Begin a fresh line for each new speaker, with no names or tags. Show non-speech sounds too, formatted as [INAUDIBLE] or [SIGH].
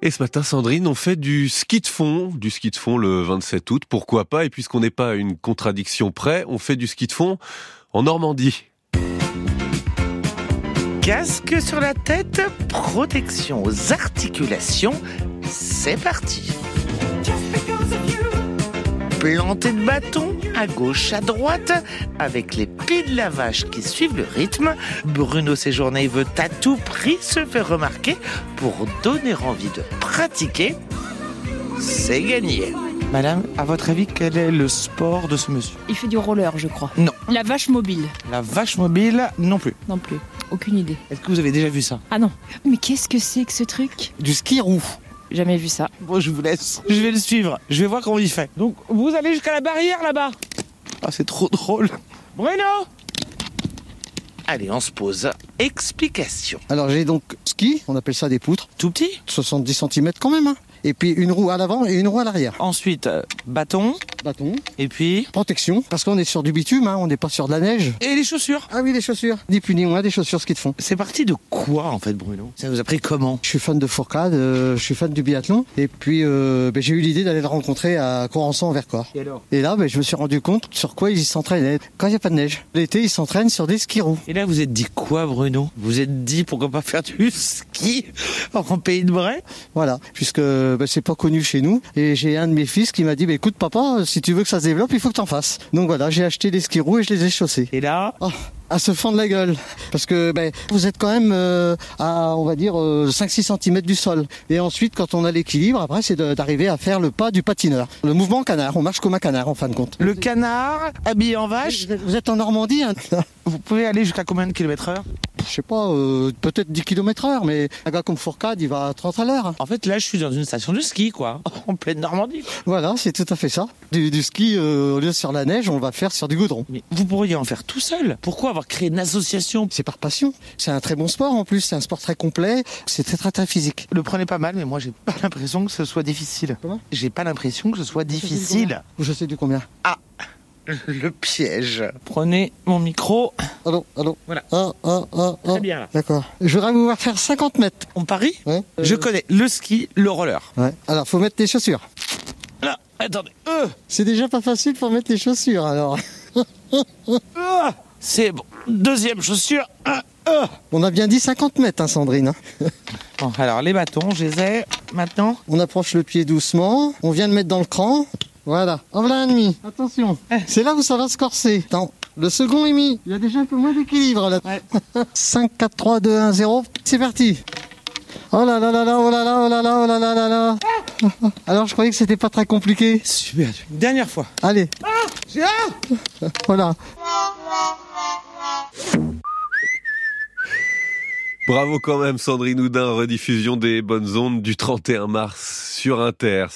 Et ce matin, Sandrine, on fait du ski de fond, du ski de fond le 27 août, pourquoi pas Et puisqu'on n'est pas à une contradiction près, on fait du ski de fond en Normandie.
Casque sur la tête, protection aux articulations, c'est parti. Planté de bâton, à gauche, à droite, avec les pieds de la vache qui suivent le rythme, Bruno Séjourné veut à tout prix se faire remarquer pour donner envie de pratiquer. C'est gagné.
Madame, à votre avis, quel est le sport de ce monsieur
Il fait du roller, je crois.
Non.
La vache mobile,
La vache mobile non plus.
non plus. Aucune idée.
Est-ce que vous avez déjà vu ça
Ah non. Mais qu'est-ce que c'est que ce truc
Du ski roux.
Jamais vu ça.
Bon, je vous laisse. Je vais le suivre. Je vais voir comment il fait. Donc, vous allez jusqu'à la barrière là-bas. Ah, c'est trop drôle. Bruno
Allez, on se pose. Explication.
Alors j'ai donc ski, on appelle ça des poutres,
Tout petit.
70 cm quand même. hein. Et puis une roue à l'avant et une roue à l'arrière.
Ensuite, euh, bâton.
Bâton,
Et puis.
protection, parce qu'on est sur du bitume, hein, on n'est pas sur de la neige.
Et les chaussures.
Ah oui, les chaussures. Ni plus ni moins, des chaussures ski de fond.
C'est parti de quoi en fait, Bruno Ça vous a pris comment
Je suis fan de Fourcade, euh, je suis fan du biathlon. Et puis euh, ben, j'ai eu l'idée d'aller le rencontrer à Corançon en Vercors.
Et alors
Et là, ben, je me suis rendu compte sur quoi ils s'entraînaient. Quand il n'y a pas de neige, l'été, ils s'entraînent sur des skis roues.
Et là, vous êtes dit quoi, Bruno Vous êtes dit pourquoi pas faire du ski en pays de Bray
Voilà, puisque ben, c'est pas connu chez nous. Et j'ai un de mes fils qui m'a dit, bah, écoute papa, si tu veux que ça se développe, il faut que t'en fasses. Donc voilà, j'ai acheté des skis roues et je les ai chaussés.
Et là,
Oh, à se fendre la gueule. Parce que ben, vous êtes quand même euh, à, on va dire, euh, 5-6 cm du sol. Et ensuite, quand on a l'équilibre, après, c'est de- d'arriver à faire le pas du patineur. Le mouvement canard, on marche comme un canard en fin de compte.
le canard habillé en vache,
Vous êtes- Vous êtes en Normandie, hein
vous pouvez aller jusqu'à combien de kilomètres heure
je sais pas, euh, peut-être 10 km heure, mais un gars comme Fourcade, il va à 30 à l'heure. hein.
En fait, là, je suis dans une station de ski, quoi, [LAUGHS] en pleine Normandie.
Voilà, c'est tout à fait ça. Du, du ski, euh, au lieu de sur la neige, on va faire sur du goudron.
Mais vous pourriez en faire tout seul. Pourquoi avoir créé une association
C'est par passion. C'est un très bon sport en plus, c'est un sport très complet, c'est très très très physique.
Le prenez pas mal, mais moi, j'ai pas l'impression que ce soit difficile.
Comment
J'ai pas l'impression que ce soit difficile.
Je sais du combien.
[LAUGHS]
Le piège.
Prenez mon micro.
Allô, allô.
Voilà.
Ah, ah, ah, ah.
Très bien, là. Euh.
D'accord. Je voudrais vous voir faire 50 mètres.
On parie
Ouais.
Je connais le ski, le roller.
Ouais. Alors, faut mettre les chaussures.
Là, attendez. Euh,
C'est déjà pas facile pour mettre les chaussures, alors.
euh, C'est bon. Deuxième chaussure. Euh, euh.
On a bien dit 50 mètres, hein, Sandrine. hein.
Bon, alors les bâtons, je les ai. Maintenant,
On approche le pied doucement. On vient de mettre dans le cran. Voilà. En voilà un demi. Attention. C'est là où ça va se corser. Attends. Le second est mis. Il y a déjà un peu moins d'équilibre, là. [LAUGHS] 5, 4, 3, 2, 1, 0. C'est parti. Oh là là là là, oh là là, oh là là, oh là là là là. [LAUGHS] Alors, je croyais que c'était pas très compliqué.
super. Une dernière fois.
Allez. [LAUGHS] Voilà.
Bravo quand même Sandrine Houdin, rediffusion des bonnes ondes du 31 mars sur Inter.